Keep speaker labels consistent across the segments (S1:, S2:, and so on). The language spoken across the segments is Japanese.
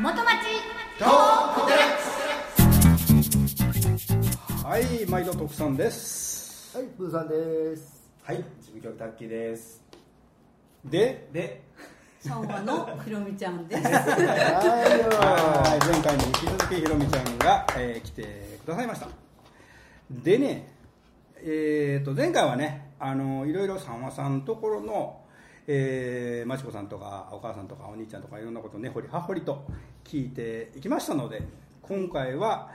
S1: 元町
S2: はい、毎度特産です。
S3: はい、ブーさんです。
S4: はい、事務局タッキーです。
S2: で、
S4: で、
S1: 昭和のひろみちゃんです
S3: はいよ
S2: はい前回に引き続きひろみちゃんが、えー来てくださいました。でね、えー、と前回はね、あのいろいろさんまさんのところの、えー、まちこさんとかお母さんとかお兄ちゃんとかいろんなことをねほりはほりと聞いていきましたので、今回は、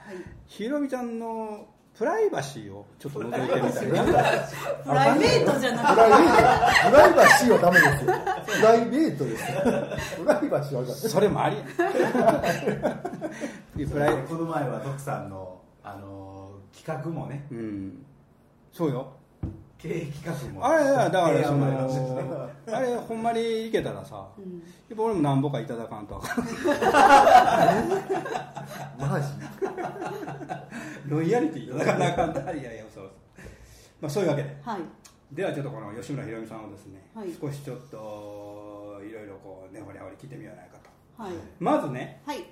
S2: ひろみちゃんのプライバシーをちょっと覗いてみたいな。
S1: プライベートじゃな
S3: プ
S1: く
S3: ライベート、プライバシーはダメですよ。プライベートですよ。プライバシーはダメ。
S2: それもあ りやプライ
S4: この前は徳さんの、あのー企画もね、
S2: うんそうよ
S4: 経営企画も。
S2: あれだだからそ
S4: 提案もありましたしね
S2: のあれほんまにいけたらさ、やっぱ俺もなんぼかいただかんとあかん
S3: マジ
S2: ロイヤリティいただかなあかんといやいやそうそう まあそういうわけで
S1: はい
S2: ではちょっとこの吉村ひろみさんをですね、
S1: はい
S2: 少しちょっといろいろこうねほりはほり聞いてみようじゃないかと
S1: はい
S2: まずね、
S1: はい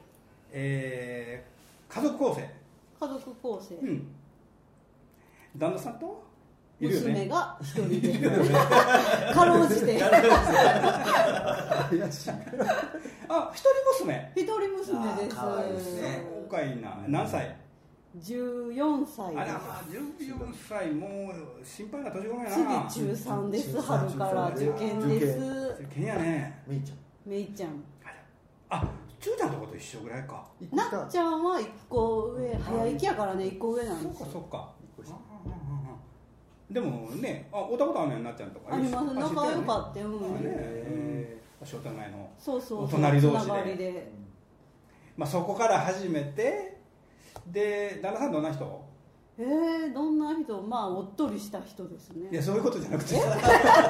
S2: えー家族構成
S1: 家族構成、
S2: うん旦那さんといるよね
S1: 娘が一人で かろうじて
S3: 怪しい。
S2: あ一人娘
S1: 一人娘
S4: あー
S1: で
S4: 可愛いですね
S1: す
S2: 今回な何歳、
S1: 14歳
S2: あら
S1: で
S2: まあ14歳もう心配な年頃や
S1: す
S2: な
S1: 次中3です
S3: 13
S1: 春から受験です
S2: 受験やね
S3: みーちゃん。
S1: めいちゃん
S2: あらあ中ちゃんとこと一緒ぐらいか
S3: 行
S1: な
S3: った
S1: っちゃんは1個上早行きやからね1個上なん
S2: そっ
S1: です
S2: かそ
S1: よ
S2: っか
S3: 個下
S2: うんうんうんうんでもねあおったことあるのよなっちゃんとか
S1: あります
S2: 知って
S1: 仲
S2: るよ
S1: 良
S2: ね
S1: かったよ、うん
S2: あねえー商店街の
S1: そうそう
S2: お隣同士で
S1: つながりで
S2: まあそこから始めてで旦那さんどんな人
S1: えー、どんな人まあおっとりした人です
S2: いや
S1: ね
S2: そういうことじゃなくて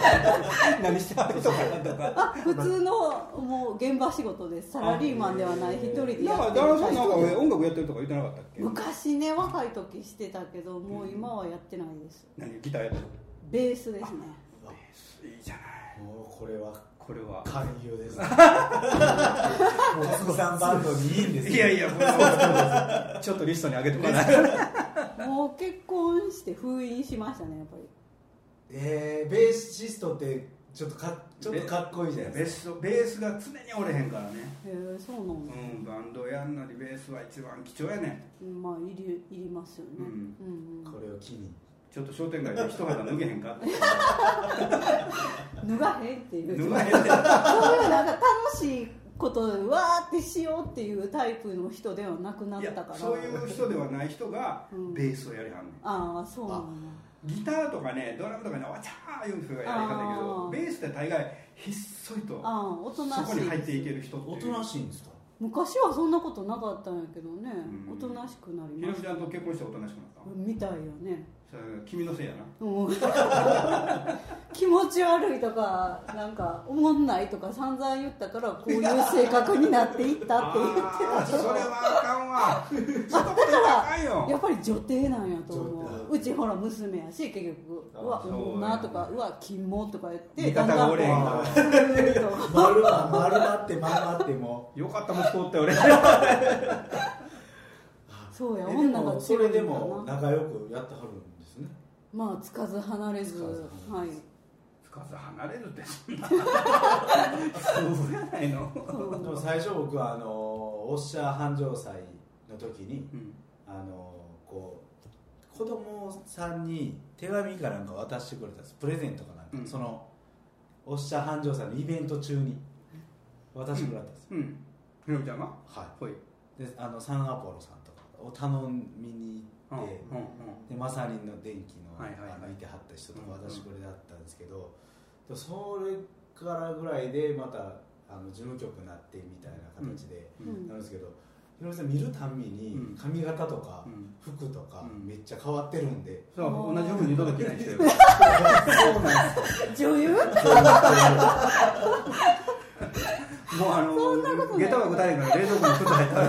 S2: 何してはる人かなとか
S1: あ普通のもう現場仕事ですサラリーマンではない一人で
S2: なん
S1: や
S2: か
S1: って
S2: 旦
S1: る
S2: 那さんなんか俺音楽やってるとか言ってなかったっけ
S1: 昔ね若い時してたけどもう今はやってないです
S2: 何ギターやってる
S1: ベースですね
S2: いいじゃない
S4: もうこれは、
S2: これは
S4: 勧誘ですね。もう、徳さんバンドにいいんです
S2: いやいやこれはちょっとリストに上げておか ない
S1: もう結婚して封印しましたねやっぱり
S4: えー、ベーシストって、ちょっとか、ちょっとかっこいいじゃない
S2: ベー
S4: です
S2: スベースが常に折れへんからね
S1: へえそうなん
S2: う
S1: だ、
S2: んバンドやんのにベースは一番貴重やねん
S1: うん、まあいりいりますよね、
S2: う
S1: うんん
S4: か。これを機に。
S2: ちょっと商店街 で一肌脱げへんかって
S1: うん脱がへんってい
S2: 脱
S1: う
S2: がへん ってあ
S1: そういうなんか楽しいことをわーってしようっていうタイプの人ではなくなっ
S2: い
S1: たか
S2: や
S1: ら
S2: そういう人ではない人が
S1: うん
S2: ベースをやりはんねん
S1: ああそうなん
S2: ギターとかねドラムとかねわちゃーいう人がやりはんねんけど
S1: あー
S2: ベースって大概ひっそりと
S1: だああおと
S2: そ
S1: なしい
S2: こに入っていける人ってい
S4: お
S2: う
S4: となしいんですか
S1: 昔はそんなことなかったんやけどね、
S2: うん
S1: おとなしくなり
S2: ひろ
S1: ま
S2: み
S1: し
S2: ち
S1: た
S2: ゃんと結婚しておとなしくなったの
S1: みたいよね
S2: それ君のせいやな
S1: もう 気持ち悪いとかなんか思んないとか散々言ったからこういう性格になっていったって言って
S2: あーそれはあかんわ
S1: だか
S2: あかん
S1: らや
S2: よ
S1: っぱり女帝なんやと思
S4: 女
S1: ううちほら娘やし結局
S4: あ
S1: うわ
S2: そうや
S1: 女とかうわ金もとか言って
S2: 味方がおれへん
S1: だ
S2: か
S1: んだんこうずーっ
S4: 丸ま、丸まって、丸まっても。
S2: らよかった息子おって俺
S1: とそう
S4: え
S1: や
S4: で
S1: 女が
S4: も、そ
S1: 強い
S4: れ
S1: ん
S4: で
S1: だ
S4: も、
S1: な
S4: 仲良くやってはるんですね。
S1: まあつかず離れず
S4: つかず
S1: は
S4: 離
S1: い
S4: れず
S2: つかず離れるってそんなそうやないの
S1: そう
S4: でも最初僕はあのオッシャー繁盛祭の時に
S2: うん
S4: あのこう子供さんに手紙かなんか渡してくれたんですプレゼントかなんか、
S2: うん
S4: そのオッシャー繁盛祭のイベント中に渡してくれたんですよ、
S2: うんひろみちゃんが
S4: は
S2: ほい
S4: いであのサンアポロさんとかを頼みに
S2: う
S4: 行
S2: んう
S4: っ
S2: ん
S4: て、でマサリンの電気の,、
S2: はいはいはい
S4: あのいてはった人とか私これだったんですけど、でそれからぐらいでまたあの事務局になってみたいな形で
S2: う
S1: うんん
S4: なるんですけどひろみさん見るたんびに
S2: うん
S4: 髪型とか
S2: うん
S4: 服とか
S2: うん
S4: めっちゃ変わってるんで、
S2: そう同じ服二度と着ない人よ
S4: そうなんです
S1: 女優
S2: もうあの下駄箱誰か冷蔵庫に靴入ったら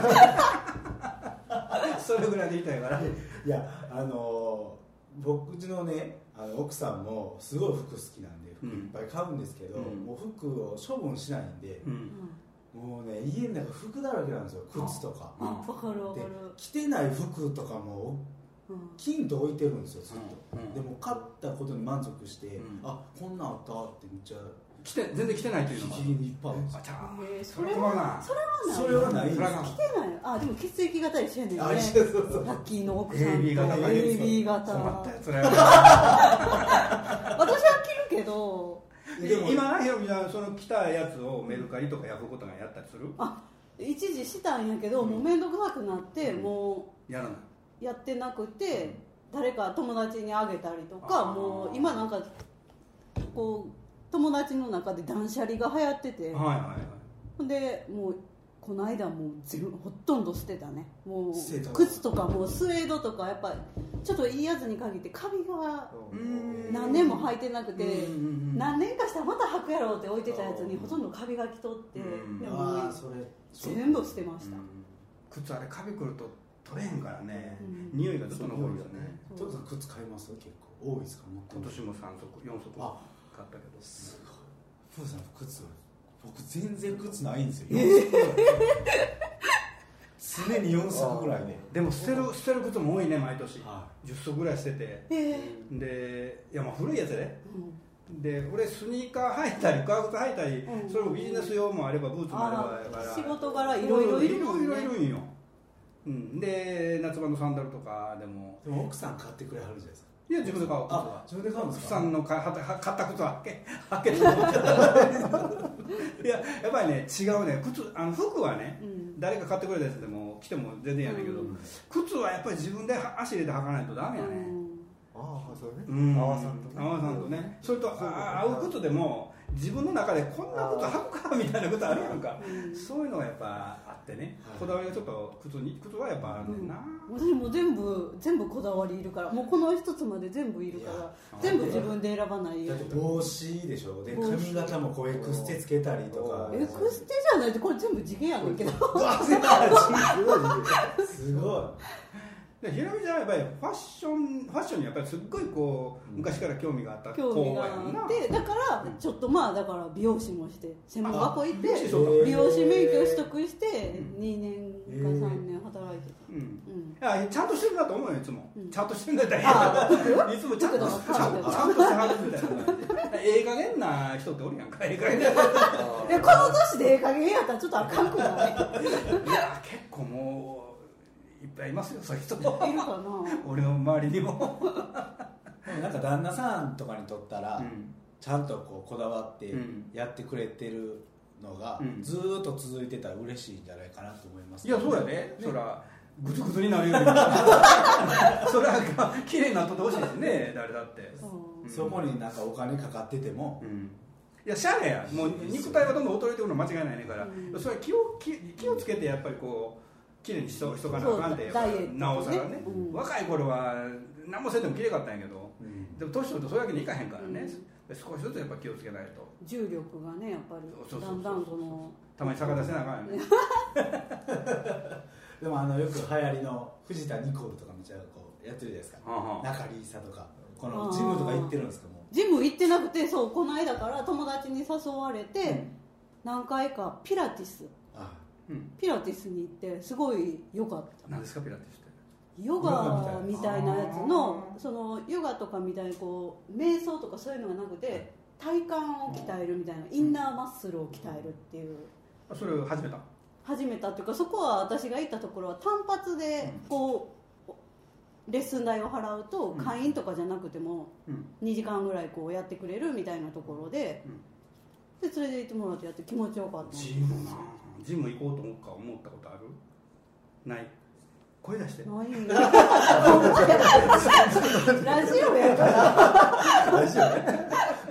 S2: それぐらいでいたいから
S4: いやあのー僕うちのねあの奥さんもすごい服好きなんで服いっぱい買うんですけど、
S2: うん
S4: もう服を処分しないんで
S2: う、ん
S4: もうねね家の中服だらけなんですよ靴とか
S1: わかるわか
S4: で
S1: る、
S4: 着てない服とかも
S1: うん、
S4: 金と置いてるんですよずっと、
S2: うんうん
S4: でも買ったことに満足して、
S2: うん
S4: あこんなんあったってめっちゃ
S2: 来て全然来てないっていうのも
S4: 引きにいっぱいあるんです
S2: あ
S4: よ
S2: ちゃー
S1: えーそ
S2: それ
S1: れ
S2: は
S1: は
S2: 困るな
S1: それはな
S4: それはな
S1: い
S4: いん
S2: そ
S4: です
S2: れはあかん
S1: 来てないあでも血液型一緒やねんね
S4: あ一緒そうそう
S1: ラッキーの奥さんと
S2: AB 型が
S1: AB 型
S2: 困ったやつら
S1: 私は着るけど
S4: でも
S2: 今ヒロミさんその来たやつをメルカリとかヤフオクとかやったりする
S1: あ一時したんやけど、もう面倒くさくなって、も
S2: やらないう
S1: やってなくて、誰か友達にあげたりと
S2: あ
S1: か
S2: ー
S1: もう今なんかこう友達の中で断捨離が流行ってて
S2: はいはいはい
S1: ほんでもうこの間もう全部ほとんど捨てたねもう
S4: 捨てた
S1: 靴とかもうスウェードとかやっぱちょっといいやつに限ってカビが
S3: う
S2: うん
S1: 何年も履いてなくて、
S2: うんうんうん
S1: 何年かしたらまた履くやろうって置いてたやつにほとんどカビがきとって、
S2: うん
S1: でも
S4: あ
S1: も
S4: あ
S1: う
S4: それ
S1: 全部捨てました、
S2: 靴あれカビくると取れへんからね、
S1: うん
S2: 匂いがずっと残るよね
S4: トムさん靴買います結構多いですか持って
S2: 今
S4: ます
S2: 年も3足4足
S4: あ
S2: 買ったけど
S4: すごいプーさん靴僕全然靴ないんですよ4足ぐらい常に4足ぐらいね
S2: でも捨てる捨てる靴も多いね毎年、
S4: は
S2: 10足ぐらい捨てて
S1: え
S2: でいやまあ古いやつやで
S1: ーうん
S2: で俺スニーカー履いたり革靴履いたり、
S1: うん
S2: それもビジネス用もあればブーツもあれば
S1: あー
S2: だから
S1: 仕事柄いろいろいるもんね
S2: いろいろいるんよ、うん、で夏場のサンダルとかでも
S4: でも奥さん買ってくれはるじゃないですか
S2: いや自分で買おう靴
S4: あ
S2: は
S4: 自分で買うんで
S2: 奥
S4: す
S2: さ
S4: か
S2: んの買買った買った靴は履け履けた いややっぱりね違うね靴あの服はね、
S1: うん
S2: 誰か買ってくれたやつでも着ても全然やねんけど、
S1: うん
S2: 靴はやっぱり自分で足入れて履かないとダメやね、
S3: ああ、そうね。
S2: うん
S3: 合わさんとね。
S2: 合わさんとねそれとあ合うことでも自分の中でこんなこと履くかみたいなことあるやんか
S1: うん
S2: そういうのがやっぱあってね
S4: はい
S2: こだわりがちょっと靴に靴はやっぱあるねんな、
S1: 私もう全部全部こだわりいるからもうこの一つまで全部いるか
S4: い
S1: ら
S4: や
S1: 全部自分で選ばない
S4: だ
S1: よ
S4: って帽子でしょで
S1: 帽子
S4: 髪型もこうエクステつけたりとか
S1: エクステじゃないってこれ全部地毛やねんけど
S4: うわすご
S3: すごいね
S4: いすご
S2: でひろみちゃんはやっぱりファッションファッションにやっぱりすっごいこう昔から興味があった
S1: 興味があってだからちょっとまあだから美容師もして専門学校行って
S2: あ美容師そうか
S1: 美容師免許取得して
S2: うん
S1: 2年か3年働いてた、
S2: うん
S1: うん、
S2: いやちゃんとしてるなと思うよいつも、
S1: うん
S2: ちゃんとしてるんだったらいいけどいつもちゃんと
S1: 服とか
S2: ちゃんとちゃんとしてはるみた いなええ加減な人っておるやんかええ加減な
S1: えこの年でええ加減やったらちょっとあかんくない
S2: いや結構もういっぱいいますよそういう人
S1: いるかな
S2: 俺の周りにも、
S4: いでもなんか旦那さんとかにとったら、
S2: うん
S4: ちゃんとこうこだわって
S2: うん
S4: やってくれてるのが、
S2: うん
S4: ずーっと続いてたら嬉しいんじゃないかなと思います、
S2: いやそうやで、そらグズグズになるよ りもそら綺麗になっとってほしいですね誰だって
S1: うん
S4: そこになんかお金かかってても、
S2: うんいやしゃあねやもう肉体はどんどん衰えてくるの間違いないねんから、
S1: うん
S2: それは気を気気をつけてやっぱりこう綺麗にしとしとかなあかんって
S1: そうダイエットとかね
S2: なおさらね、
S1: うん
S2: 若い頃は何もせんでも綺麗かったんやけどでも年取るとそういうわけにいかへんからね、少しずつやっぱ気をつけないと
S1: 重力がねやっぱ
S2: そうそう
S1: り
S2: そうそう
S1: だんだんこの
S2: たまに逆出せなあかんよね
S4: でもあのよく流行りの藤田ニコルとかめっちゃこうやってるじゃないですか
S2: はあはあ
S4: 中里依紗とかこのジムとか行ってるんですかも
S1: ジム行ってなくてそうこの間から友達に誘われて、何回かピラティス
S4: うあ
S2: うん、
S1: ピラティスに行ってすごい良かった
S2: 何ですかピラティスって
S1: ヨガみたいなやつの
S2: あー
S1: そのヨガとかみたいにこう瞑想とかそういうのがなくて体幹を鍛えるみたいなインナーマッスルを鍛えるっていう
S2: あそれを始めた
S1: 始めたっていうかそこは私が行ったところは単発でこうレッスン代を払うと
S2: うん
S1: 会員とかじゃなくても
S2: うん
S1: 2時間ぐらいこうやってくれるみたいなところで
S2: うん
S1: で連れて行ってもらってやって気持ちよかった
S2: ジムなジム行こうと思うか思ったことあるない声出して
S1: ないんだ ラジオやから
S3: 大丈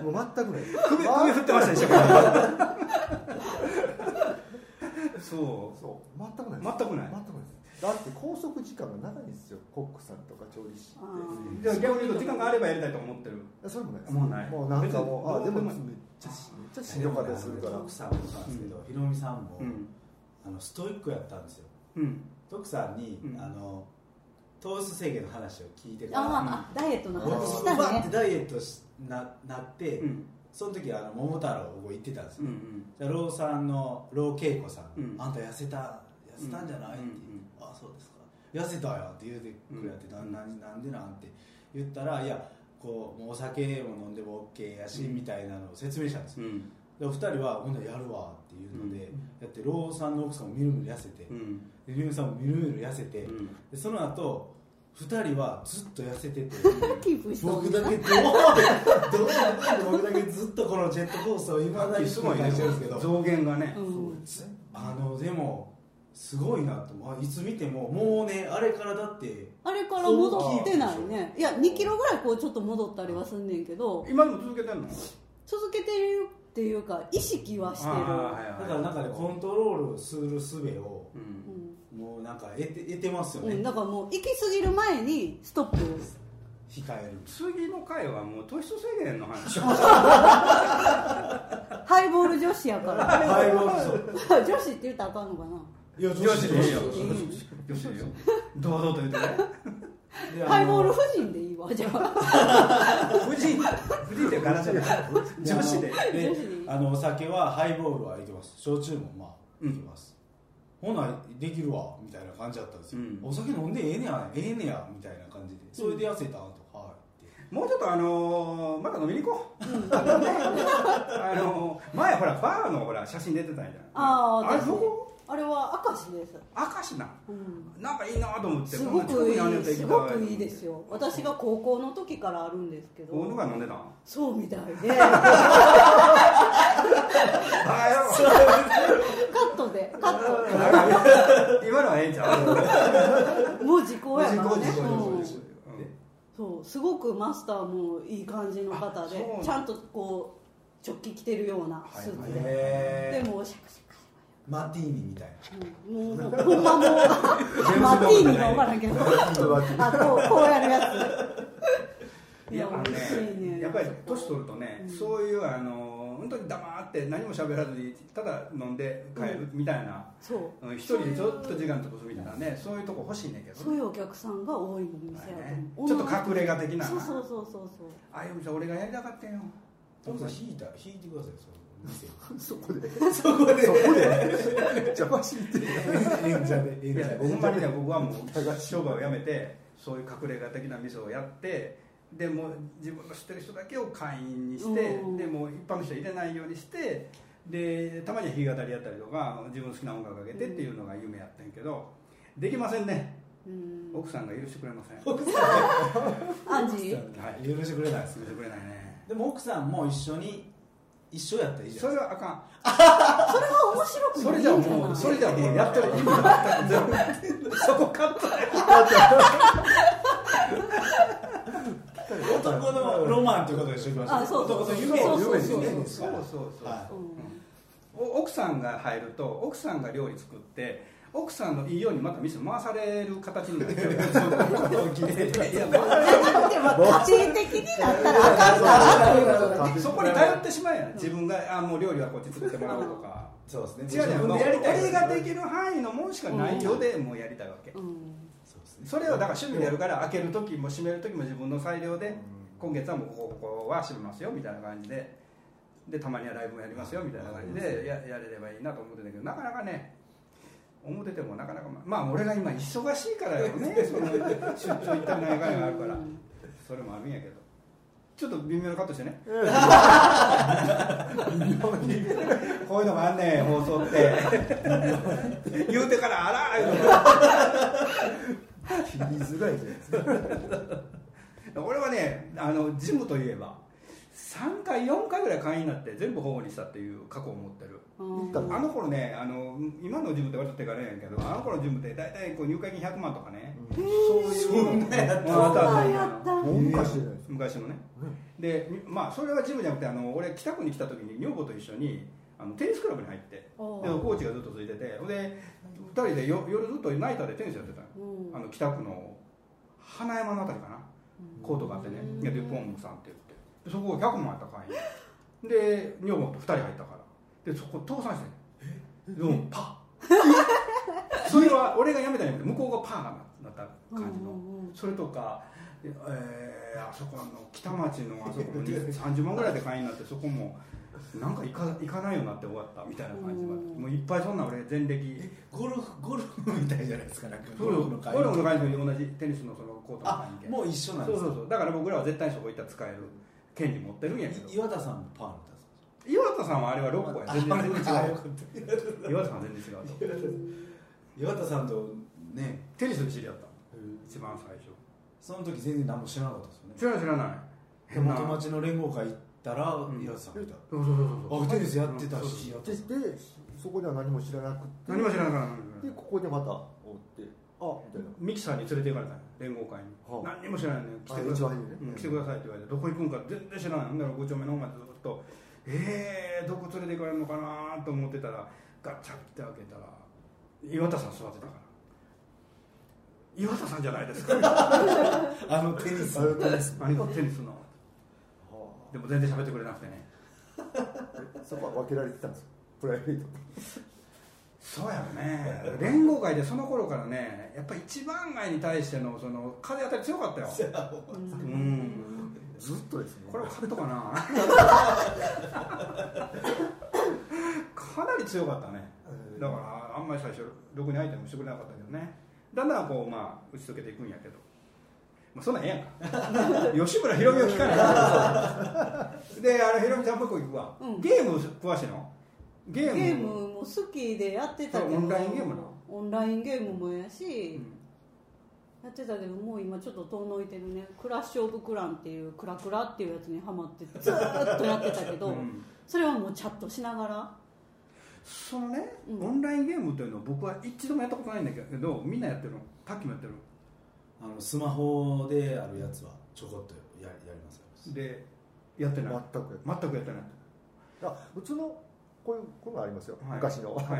S3: 夫。もう全くない。
S2: 首首振ってましたでしょ そ
S3: そう、全くない。
S2: 全くない
S3: 全くないです。だって拘束時間が長いんですよ。コックさんとか調理師
S1: あ
S2: う
S3: っ
S1: ー
S2: じゃあ逆に言うと時間があればやりたいと思ってる
S3: て。それもないです。
S2: もうない
S3: もうなんかもう、あ、
S2: 別
S3: で
S2: にど
S3: もめ
S2: う
S3: っ
S2: でも
S3: ちゃし、めっちゃ
S4: あ
S3: しんどかったりするから。
S4: 徳さんもそうなんですけど、ひろみさんも、
S2: うん
S4: あのストイックやったんですよ
S2: うん
S4: 徳さんに、
S2: うん
S4: あの糖質制限の話を聞いてから
S1: あーあダイエットの
S4: 僕
S1: 話
S4: そ
S1: し
S4: こ
S1: た
S4: バ
S1: ね
S4: ってダイエットしななって、
S2: うん
S4: その時あの桃太郎僕行ってたんです
S2: う
S4: よ、
S2: んうん
S4: じゃあ老さんの老恵子さん、
S2: うん
S4: あんた痩せた痩せたんじゃない、
S2: うん
S4: って言ってあそうですか痩せたよって言うてくれて、
S2: うん
S4: ななんなんでなんて言ったらいやこうもうお酒も飲んでも OK やし、みたいなのを説明したんですよ、
S2: うん
S4: でお二人は「ほんならやるわ」っていうので、
S2: う
S4: やって老さんの奥さんもみるみる痩せて、
S2: うん
S4: で美さんもみるみる痩せて、
S2: うん
S4: でその後二人はずっと痩せ てて
S1: キープした
S4: 僕だけどうどうやって僕だけずっとこのジェットコースターを今だに
S2: す
S4: す
S2: ご
S4: ご
S2: い
S4: い
S2: ね
S4: してるんですけど
S2: 増減がね
S1: うん
S4: ずあのでもすごいなとあいつ見てももうねあれからだって
S1: あれから戻ってないねいや2キロぐらいこうちょっと戻ったりはすんねんけど
S2: 今でも続けてんの
S1: 続けてるっていうか意識はしてる、
S4: だからなんかねコントロールする術を
S2: うん
S1: う
S4: もうなんか得て得てますよ
S1: んう
S4: ね
S1: ん、だからもう行き過ぎる前にストップ
S4: 控える
S2: 次の回はもう糖質制限の話
S1: ハイボール女子やから
S4: はいロール
S1: 女子って言ったらあかんのかな
S4: そう
S2: よ
S4: いや
S2: し
S4: 女
S2: でいい
S4: 子
S2: よ
S4: 女子
S2: よしでいいよ堂々と言ってね
S4: であの
S1: ハイボール夫人でいいわじゃあ
S2: 夫人夫人っていう柄じゃない
S4: であ
S2: 女
S4: の
S2: 子で
S1: 女子でいい
S4: あのお酒はハイボールはいけます焼酎もまあいけます、ほなできるわみたいな感じだったんですよ、
S2: うん
S4: お酒飲んでええねやええねやみたいな感じでそれで痩せたんと、はいって
S2: もうちょっとあのーまた飲みに行こう、あのー前ほらバーのほら写真出てたんや
S1: あ
S2: あ
S1: あ
S2: れどこ
S1: あれは明石です、
S2: 明石な
S1: うん、
S2: なんかいいなと思って
S1: すご
S2: こんない
S1: く
S2: 近にあるや
S1: い
S2: つ行
S1: す
S2: き
S1: ご
S2: た
S1: くいいですよ私が高校の時からあるんですけ
S2: 大野
S1: ど
S2: が飲んでた
S1: そうみたい で
S2: あやろ
S1: カットでカッ
S2: 今のはええんちゃう
S1: トもう時効やからね
S4: 時効時効
S1: うん
S4: 時効
S1: そうすごくマスターもいい感じの方
S2: あそうな
S1: で
S2: ん
S1: ちゃんとこう直帰着てるようなスーツで、
S4: へ
S1: でもうシャカシ
S4: マティーニみたい
S1: ャカ、うん、もうほんまもうマティーニが分からんけどあこうこうやるやつ
S2: い
S1: い
S2: や
S1: や
S2: あの
S1: 美味しい
S2: ね
S1: ね
S2: やっぱり年取るとね、
S1: うん
S2: そういうあの本当に黙って何も喋らずにただ飲んで帰るみたいな、
S1: そう
S2: うん一人でちょっと時間潰すみたいなねそういうとこ欲しいねんけど
S1: そういうお客さんが多いお店や
S2: はいね
S1: と思う、
S2: ちょっと隠れ家的な
S1: そうそうそうそうそう
S2: ああいう店俺がやりたかったんよ
S4: トムさん引いた引いてくださいそ
S3: そこで
S4: の店そこで
S3: 邪魔しに行ってる
S4: 演者 で
S2: い
S4: 演
S2: や
S4: 者で
S2: ほんまにね僕はもう商売をやめてそういう隠れ家的な店をやってでもう自分の知ってる人だけを会員にして
S1: うん
S2: でもう一般の人は入れないようにしてでたまには弾き語りやったりとか自分の好きな音楽かけてっていうのが夢やったんやけどできませんね
S1: うん
S2: 奥さんが許してくれません許
S4: 奥さん
S1: アンジー
S4: はい許してくれないです
S2: してくれないね
S4: でも奥さんも一緒に一緒やったらいいじゃ
S2: そ
S4: ない
S2: れ
S4: で
S2: はあかん
S1: それは面白く
S2: それ
S1: ない
S2: じゃ
S1: んじゃな
S2: も
S1: いう
S2: それじゃもうやってる意味が全部そこカットだよ
S4: すか男のロマンということでしょ
S1: あそうそう
S4: 男の夢
S1: そうそう
S4: 夢ですね
S2: そうそうそう
S4: はい
S1: うん
S2: お奥さんが入ると奥さんが料理作って奥さんのいいようにまた店回される形になっちゃういやまあ
S1: でも家庭的になったらあかんからということでね
S2: そこに頼ってしまえやん自分があもう料理はこっち作ってもらおうとか
S4: そうですね。
S2: 違うじゃん
S4: 自分でやりたい。
S2: 俺ができる範囲のもんしかないようでもうやりたいわけ
S1: うん
S4: そうです
S2: それをだから趣味でやるから開ける時も閉める時も自分の裁量で今月はもうここここは閉めますよみたいな感じででたまにはライブもやりますよみたいな感じでややれればいいなと思ってたけどなかなかね思っててもなかなかまあまあ俺が今忙しいからよねその出張行ったり何回もあるからそれもあるんやけどちょっと微妙なカットしてね こういうのもあんねん放送 って言うてからあらー言うの
S3: 切りづらいじゃないですか
S2: 俺はねあのジムといえば3回4回ぐらい会員になって全部保護にしたっていう過去を持ってる
S1: う
S3: 行
S1: ん
S3: った
S2: あの頃ねあの今のジムって割と手軽やんけどあの頃のジムって大体こう入会金100万とかね、
S1: へー
S2: そういうのや
S1: そんなんやった
S3: 大昔じゃないですか
S2: 昔のねでまあそれはジムじゃなくてあの俺北区に来た時に女房と一緒にあのテニスクラブに入ってで
S1: お
S2: コ
S1: う
S2: ーチがずっとついててほんで2人でよ夜ずっとナイターでテニスやってたの
S1: うん
S2: あの北区の花山のあたりかなコートがあってね
S1: うん
S2: でポンさんって言ってでそこが100万あった会員で女房と2人入ったからでそこ倒産してんでもパ ッそれは俺が辞めたんやけど向こうがパーになった感じの
S1: うんうんうん
S2: それとかえーあそこの北町のあそこも30万ぐらいで会員になってそこもなんか行か行かないようになって終わったみたいな感じになってもういっぱいそんな俺前歴
S4: ゴルフゴルフみたいじゃないですかなんか
S2: ゴ
S4: ゴ
S2: ル
S4: ル
S2: フ
S4: フ
S2: の
S4: の
S2: 会
S4: 会
S2: 員
S4: 員
S2: と同じテニスのそのコートの会
S4: あ
S2: 員権
S4: もう一緒なん
S2: そ
S4: で
S2: う
S4: す
S2: そ
S4: か
S2: うそうだから僕らは絶対そこ行ったら使える権利持ってるんやけど
S4: い岩田さんもパーなんです
S2: 岩田さんはあれは6個や全然違
S4: あよ
S2: う
S4: かった
S2: 岩田さんは全然違うと
S4: 岩田さんとね
S2: テニスで知り合ったの一番最初
S4: その時全然何も知らなかったですよね
S2: 知らない知らない
S4: 手元町の連合会行ったら岩田さんがいた、
S2: そうそうそうそう
S4: あテニスやってた
S2: そうそう
S4: し、やって
S3: ででそこでは何も知らなくて
S2: 何も知らなかっ
S3: でここでまた追ってあみたいな
S2: たミキサーに連れて行かれたの連合会に、
S3: はあ
S2: 何にも知らないのに来て
S3: あ
S2: ください、
S3: 一番いいね
S2: うん来てくださいって言われてどこ行くんか全然知らないほんだら5丁目の方までずっとえー、どこ連れて行かれるのかなと思ってたらガチャって開けたら岩田さん座ってたから岩田さんじゃない ですか
S4: あのテニス
S3: あれテニス
S2: 何がテニスの
S3: は
S2: でも全然喋ってくれなくてね
S3: あそこは分けられてたんですよプライベート
S2: そうやろね連合会でその頃からねやっぱ一番街に対してのその風当たり強かった ようん
S3: ずっとですね
S2: これは勝ったかなかなり強かったねだからあんまり最初ろくに相手もしてくれなかったけどねだんだんこうまあ打ち解けていくんやけど、まあ、そんなんええやんか 吉村ひろみを聞かないであれひろみちゃんもう一個行くわ、
S1: うん
S2: ゲーム詳しいのゲ
S1: ゲ
S2: ーム
S1: ームも好きでやってたけど
S2: そうオンラインゲームな
S1: オンラインゲームもや
S2: う
S1: し、
S2: ん
S1: やってたけどもう今ちょっと遠のいてるねクラッシュ・オブ・クランっていうクラクラっていうやつにハマって ずーっとやってたけど、
S2: うん
S1: それはもうチャットしながら
S2: そのね、
S1: うん
S2: オンラインゲームというのは僕は一度もやったことないんだけどみんなやってるのタッキーもやってる
S4: あのスマホであるやつはちょこっとややりますよ
S2: でやってない
S3: 全く
S2: 全くやってない
S3: あうちのこういうこういうのありますよ、
S2: はい
S3: 昔の、
S2: はいフ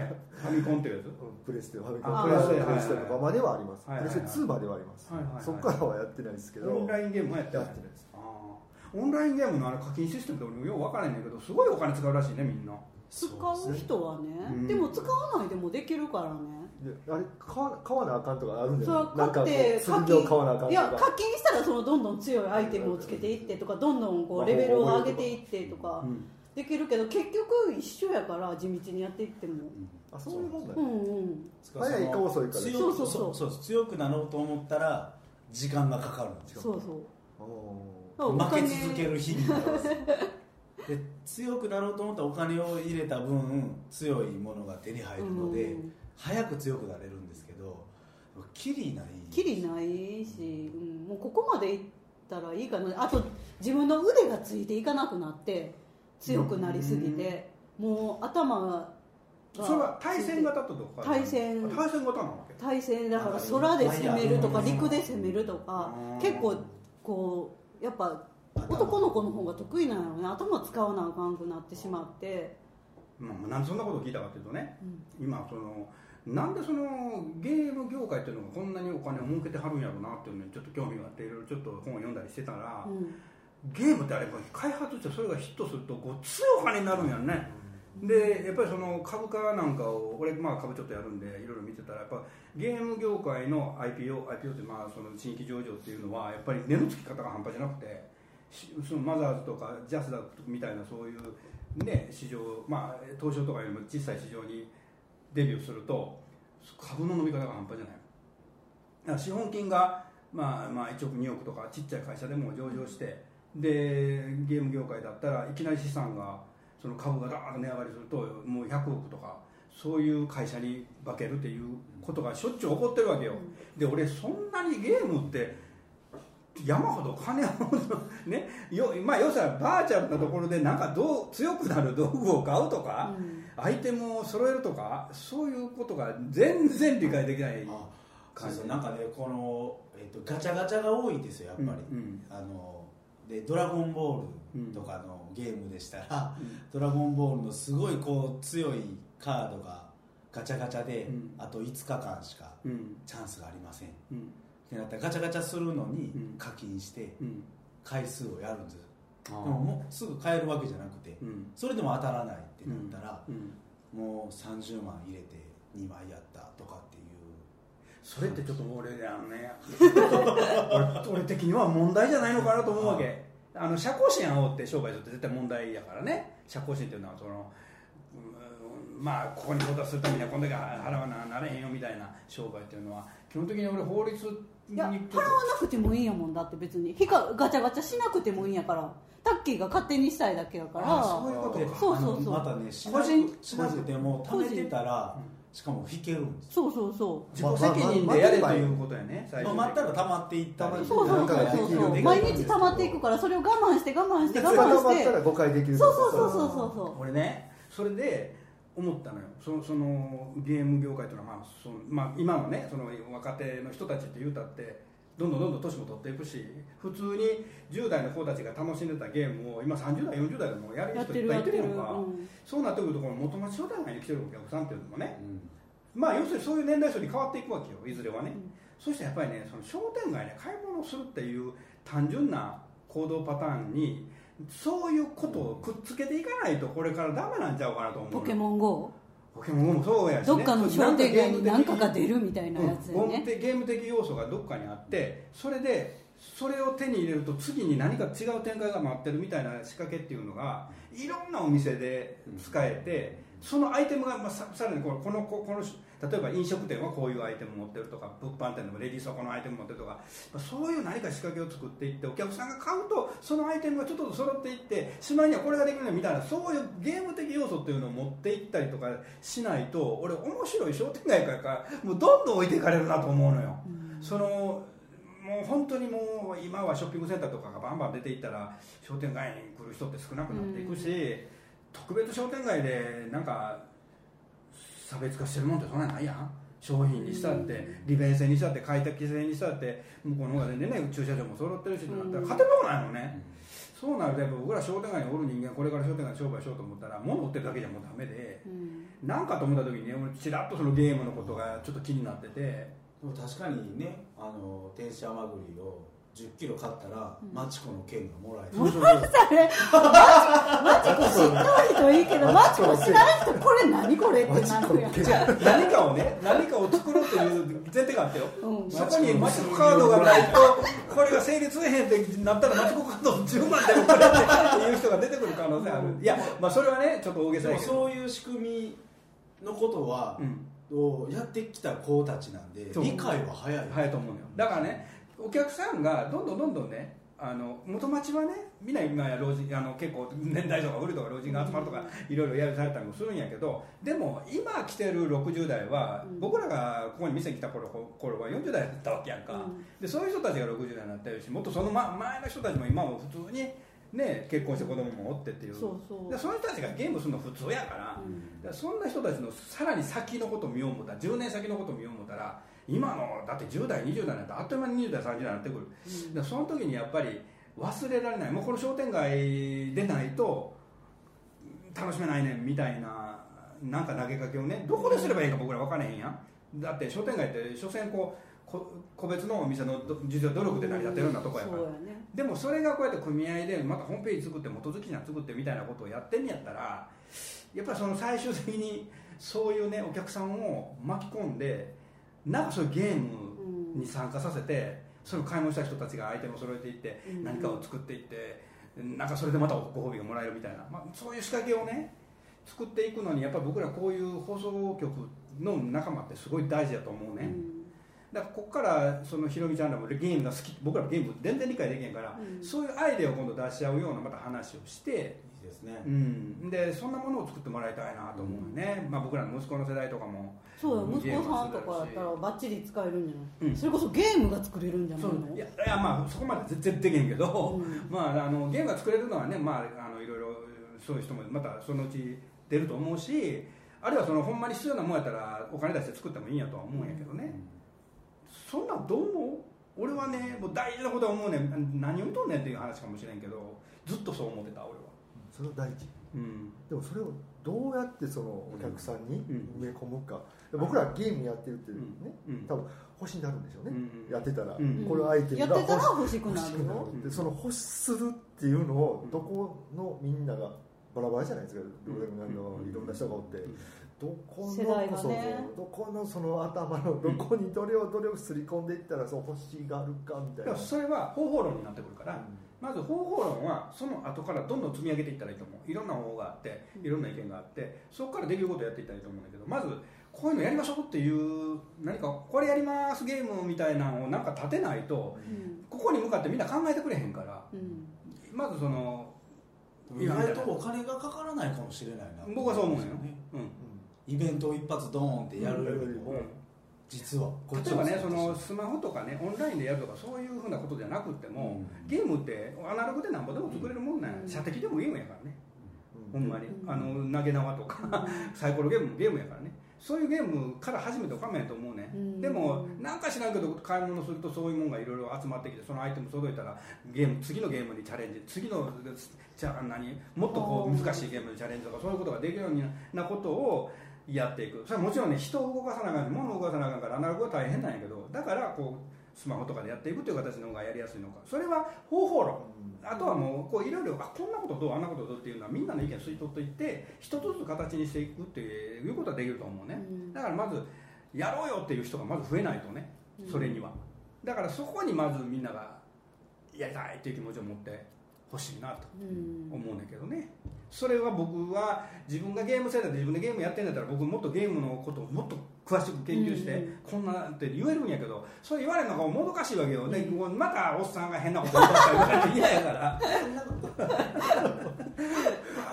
S2: ァミコンっていうやつ
S3: うんプレステファミコ
S2: あ
S3: ンプレステ
S2: あ
S3: プレステとかまではあります、
S2: はいはいはい
S3: プレステ2まではあります、
S2: はいはいはい
S3: そこからはやってないですけど
S2: オンラインゲームはやってない
S3: やってないです
S2: あーオンラインゲームのあの課金システムって俺もよう分からへんねんけどすごいお金使うらしいねみんな
S1: 使う人はね
S2: うん
S1: でも使わないでもできるからね
S3: であれ買わ買わなあかんとかあるんだ
S1: それは
S3: よなんか
S1: 買っ
S3: こ
S1: て
S3: う
S1: 課
S3: 剣を買わなあか
S1: 金
S3: ん
S1: い
S3: と
S1: や
S3: か
S1: 課金したらそのどんどん強いアイテムをつけていってとかどんどんこうレベルを上げていってとか
S2: うん
S1: できるけど結局一緒やから地道にやっていっても
S3: あそういうもんだよ、
S1: うんうん
S3: 早いか遅いかで
S4: 強
S1: そう
S4: く
S1: そ
S4: そうう
S1: そう
S4: そう強くなろうと思ったら時間がかかるんですよ
S1: そうそう
S3: あ
S1: お
S4: 負
S1: 金
S4: け続ける日々なんですで強くなろうと思ったらお金を入れた分強いものが手に入るので
S1: うん
S4: 早く強くなれるんですけどキリない
S1: きりないし、うん、もうここまでいったらいいかなあと自分の腕がついていかなくなって強くなりすぎて、もう頭が
S2: それは対戦型とどこかある
S1: 対戦
S2: 対戦型なわけ
S1: 対戦だから空で攻めるとか
S4: うん
S1: 陸で攻めるとか
S2: うん
S1: 結構こうやっぱ男の子の方が得意なのね頭使わなあかんくなってしまって、
S2: まあまあ、なんでそんなことを聞いたかというとね
S1: うん
S2: 今そのなんでそのゲーム業界っていうのがこんなにお金を儲けてはるんやろうなっていうのにちょっと興味があっていろいろちょっと本を読んだりしてたら、
S1: うん
S2: ゲームってあれ開発してそれがヒットするとごっついお金になるんやんね、でやっぱりその株価なんかを俺、まあ、株ちょっとやるんでいろいろ見てたらやっぱゲーム業界の IPO, IPO ってまあその新規上場っていうのはやっぱり値の付き方が半端じゃなくてしそのマザーズとかジャスダックみたいなそういう、ね、市場、まあ、東証とかよりも小さい市場にデビューすると株の伸び方が半端じゃないだから資本金が、まあ、まあ1億2億とかちっちゃい会社でも上場してでゲーム業界だったらいきなり資産がその株がダーッと値上がりするともう100億とかそういう会社に化けるっていうことがしょっちゅう起こってるわけよ、で俺そんなにゲームって山ほど金を ねよまあ要するにバーチャルなところでなんかどう強くなる道具を買うとか、
S1: うん
S2: アイテムを揃えるとかそういうことが全然理解できない
S4: あそうそうなんかねこの、えっとガチャガチャが多いんですよやっぱり、
S2: うんうん
S4: あので「ドラゴンボール」とかのゲームでしたら「ドラゴンボール」のすごいこう強いカードがガチャガチャで、
S2: うん
S4: あと5日間しか
S2: うん
S4: チャンスがありませんっ
S2: うん
S4: てなったらガチャガチャするのに
S2: うん
S4: 課金して
S2: うん
S4: 回数をやるんですよ、
S2: あ
S4: でももうすぐ買えるわけじゃなくて、
S2: うん
S4: それでも当たらないってなったら、
S2: うん
S4: もう30万入れて2枚やったとかっていう
S2: それってちょっと俺あのね 俺俺的には問題じゃないのかなと思うわけ、あの社交心煽って商売するって絶対問題やからね社交心っていうのはそのうんまあここに到達するためにはこんだけ払わななれへんよみたいな商売っていうのは基本的に俺法律
S1: い
S2: に
S1: や払わなくてもいいやもんだって別にひかガチャガチャしなくてもいいんやからタッキーが勝手にしたいだけやから
S4: あそういうことか
S1: そうそうそう
S4: あのまたねし
S2: 個
S4: な
S2: 人
S4: しなくても
S1: 個
S4: 貯
S1: 人
S4: めてたらしかも引けるんです
S1: そうそうそう
S2: 自己責任でやれということやね最
S4: まあ
S2: 初
S4: 待ったら溜まっていったり
S1: そうそうそう
S3: できる
S1: そ
S3: よう
S1: う
S3: に
S1: 毎日溜まっていくからそれを我慢して我慢して
S3: 固
S1: 我
S3: ま
S1: 慢
S3: っ
S1: した
S3: ら
S1: て
S3: 誤解できる
S1: そうそうそうそうそうそう
S2: 俺ねそれで思ったのよそのそのゲーム業界というのは、まあそのまあ、今のねその若手の人たちって言うたってどんどんどんどん年も取っていくし普通に10代の子たちが楽しんでたゲームを今30代40代でもやる
S1: やっ
S2: 人
S1: て
S2: い
S1: る
S2: っぱい
S1: や
S2: い
S1: ってて
S2: る
S1: る
S2: やんか、
S1: うん
S2: そうなってくるとこの元町商店街に来てるお客さんっていうのもね
S4: うん
S2: まあ要するにそういう年代層に変わっていくわけよいずれはね、
S1: うん
S2: そしてやっぱりねその商店街で買い物をするっていう単純な行動パターンにそういうことをくっつけていかないとこれからダメなんちゃうかなと思う
S1: ポケモン GO
S2: ポケモンもそうやし、ね、
S1: どっかの商店街に何かが出
S2: る
S1: るみたいなやつやね
S2: ゲーム的要素がどっかにあってそれでそれを手に入れると次に何か違う展開が待ってるみたいな仕掛けっていうのがいろんなお店で使えて、そのアイテムが、まあ、ささらにこのこのここの例えば飲食店はこういうアイテム持ってるとか物販店でもレディースはこのアイテム持ってるとか、まあ、そういう何か仕掛けを作っていってお客さんが買うとそのアイテムがちょっとずつ揃っていってしまいにはこれができるねみたいなそういうゲーム的要素っていうのを持っていったりとかしないと俺面白い商店街からもうどんどん置いていかれるなと思うのよ。そのもう本当にもう今はショッピングセンターとかがバンバン出ていったら商店街に来る人って少なくなっていくし、特別商店街でなんか差別化してるもんってそんなんないやん商品にしたって、利便性にしたって開拓性にしたって向こうの方が全然ね駐車場も揃ってるしってなったら
S1: うん
S2: 勝てるもんないもんね、そうなるとやっぱ僕ら商店街におる人間これから商店街で商売しようと思ったら物売ってるだけじゃもうダメで
S1: うん
S2: なんかと思った時にね俺ちらっとそのゲームのことがちょっと気になってて。
S4: でも確かにねあの天使甘栗を1 0キロ買ったらマチコの券がもらえる、
S1: それマチマチコ知っとる人いいけどマチコ知らん人これ何これってなるやん
S2: じゃあ何かをね何かを作ろうという前提があったよ、
S1: うん
S2: そこにマチコカードがないとこれが成立せえへんってなったらマチコカード10万でもこれっていう人が出てくる可能性ある、いやまあそれはねちょっと大げ
S4: で
S2: さや
S4: も
S2: けど
S4: そういう仕組みのことは
S2: う、ん
S4: をやってきた子たちなんで
S2: そう
S4: 理解は早い、
S2: 早いと思うのよだからねお客さんがどんどんどんどんねあの元町はねみんな今や老人あの結構年代とか古いとか老人が集まるとかいろいろやりされたりもするんやけどでも今来てる60代は、
S1: うん
S2: 僕らがここに店に来た頃頃は40代だったわけやんか、
S1: うん
S2: でそういう人たちが60代になってるしもっとその前前の人たちも今も普通に、ね、結婚して子供もおってっていう
S1: そうそう
S2: でその人たちがゲームするの普通やから、
S4: うん
S2: だからそんな人たちのさらに先のことを見よう思ったら10年先のことを見よう思ったら今のだって10代20代になったらあっという間に20代30代になってくる、
S1: うん
S2: だからその時にやっぱり忘れられないもうこの商店街でないと楽しめないねんみたいななんか投げかけをねどこですればいいか僕ら分からへんやんだって商店街って所詮こうこ個別のお店のど事情努力で成り立ってるようなとこやから、
S1: そうやね
S2: でもそれがこうやって組合でまたホームページ作って元月には作ってみたいなことをやってんやったらやっぱりその最終的にそういうねお客さんを巻き込んでなんかそういうゲーム
S1: うん
S2: に参加させてそれを買い物した人たちがアイテムを揃えていって
S1: うん
S2: 何かを作っていってなんかそれでまたご褒美がもらえるみたいな、まあ、そういう仕掛けをね作っていくのにやっぱり僕らこういう放送局の仲間ってすごい大事だと思うね。
S1: うん
S2: だからここからそのひろみちゃんらもゲームが好き僕らゲーム全然理解できへんから、
S1: うん
S2: そういうアイデアを今度出し合うようなまた話をして、
S4: いいですね
S2: うん、でそんなものを作ってもらいたいなと思うよね、まあ、僕らの息子の世代とかも
S1: そうや息子さんとかやったらバッチリ使えるんじゃな
S2: うん
S1: いそれこそゲームが作れるんじゃない
S2: そ
S1: の
S2: ういやいやまあそこまで絶対できへんけど、
S1: う
S2: まああのゲームが作れるのはねまああのいろいろそういう人もまたそのうち出ると思うしあるいはそのほんまに必要なもんやったらお金出して作ってもいいんやとは思うんやけどね、そんなんどう思う俺はねもう大事なことは思うねん何を言うとんねんっていう話かもしれんけどずっとそう思ってた俺は
S3: それは大事
S2: うん
S3: でもそれをどうやってそのお客さんに
S2: うん
S3: 埋め込むか、僕らゲームやってるって
S2: う
S3: い
S2: ん
S3: うね、
S2: うん
S3: 多分欲しになるんでしょうね、
S2: うん
S3: やってたら、
S2: うん
S3: このアイテムが
S1: やってたら
S3: 欲し
S1: 欲しく
S3: 欲
S1: な
S3: しく
S1: る
S3: な
S1: よ
S3: るでその欲するっていうのを
S2: うん
S3: どこのみんながバラバラじゃないですか、どこでもなんか
S2: うん
S3: いろんな人がおって、
S2: うん
S3: どこ
S1: 世
S3: の
S1: 代
S3: こ
S1: が
S3: そぞ、
S1: ね
S3: どこのその頭のどこにどれをどれをすり込んでいったらそう欲しがるかみたい
S2: でも
S3: な、
S2: それは方法論になってくるから、まず方法論はその後からどんどん積み上げていったらいいと思ういろんな方法があっていろんな意見があってそこからできることをやっていったらいいと思うんだけどまずこういうのやりましょうっていう何かこれやりますゲームみたいなのをなんか立てないと
S1: うん
S2: ここに向かってみんな考えてくれへんから
S1: うん
S2: まずその
S4: 意外とお金がかからないかもしれないな
S2: 僕はそう思うんよ、うん
S4: イベントを一発ドーンってやるよりも、実はこっ
S2: 例
S4: ち
S2: え
S4: を
S2: ばねそのスマホとかねオンラインでやるとかそういうふうなことじゃなくても、
S4: うん
S2: ゲームってアナログでなんぼでも作れるもんなんや、
S1: うん
S2: 射的でもゲームやからね、
S3: うん
S2: ほんまに、
S1: うん
S2: あの投げ縄とかサイコロゲームもゲームやからねそういうゲームから始めておかんやと思うね、
S1: うん
S2: でもなんか知らんけど買い物するとそういうもんがいろいろ集まってきてそのアイテム届いたらゲーム次のゲームにチャレンジ次のじゃあ何もっとこ
S1: あ
S2: う
S1: ー
S2: 難しいゲームにチャレンジとかそういうことができるようになことをやっていくそれはもちろんね人を動かさなあかんし物を動かさなあかんからアナログは大変なんやけどだからこうスマホとかでやっていくという形の方がやりやすいのかそれは方法論あとはもうこういろいろあこんなことどうあんなことどうっていうのはみんなの意見を吸い取っていって一つずつ形にしていくっていうことはできると思うね、
S1: うん
S2: だからまずやろうよっていう人がまず増えないとねそれには、だからそこにまずみんながやりたいっていう気持ちを持ってほしいなと
S1: うん
S2: 思うんだけどねそれは僕は自分がゲーム世代で自分でゲームやってんだったら僕もっとゲームのことをもっと詳しく研究して、
S1: うん
S2: こんなって言えるんやけどそれ言われるのがもどかしいわけよ、でもうまたおっさんが変なこと言ったら 嫌やから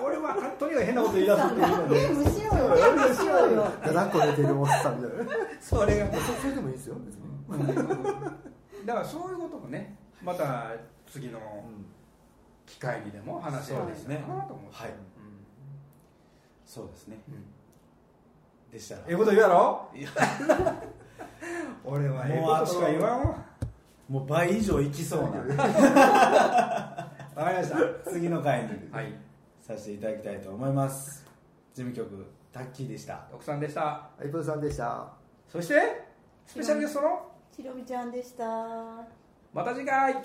S2: 俺はとにかく変なこと言い出すっていうの
S1: ゲ
S2: で
S1: ームしようよゲームしようよ
S3: だらこ寝てるおっさんみたいな
S2: それが
S3: そそれでもいいですよ別に、
S2: だからそういうこともねまた次の機会にでも話をできたらなと思って
S4: そうですねはい
S2: うん
S4: そうですね
S2: うん
S4: でしたら
S2: ええこと言うやろ
S4: いや
S2: 俺はええことしか言わんわ
S4: もう倍以上いきそ うな
S2: わかりました
S4: 次の回に
S2: はい
S4: させていただきたいと思います事務局タッキーでした
S2: 奥さんでした
S3: アイプルさんでした
S2: そしてスペシャルゲストの
S1: ひろみちゃんでした
S2: また次回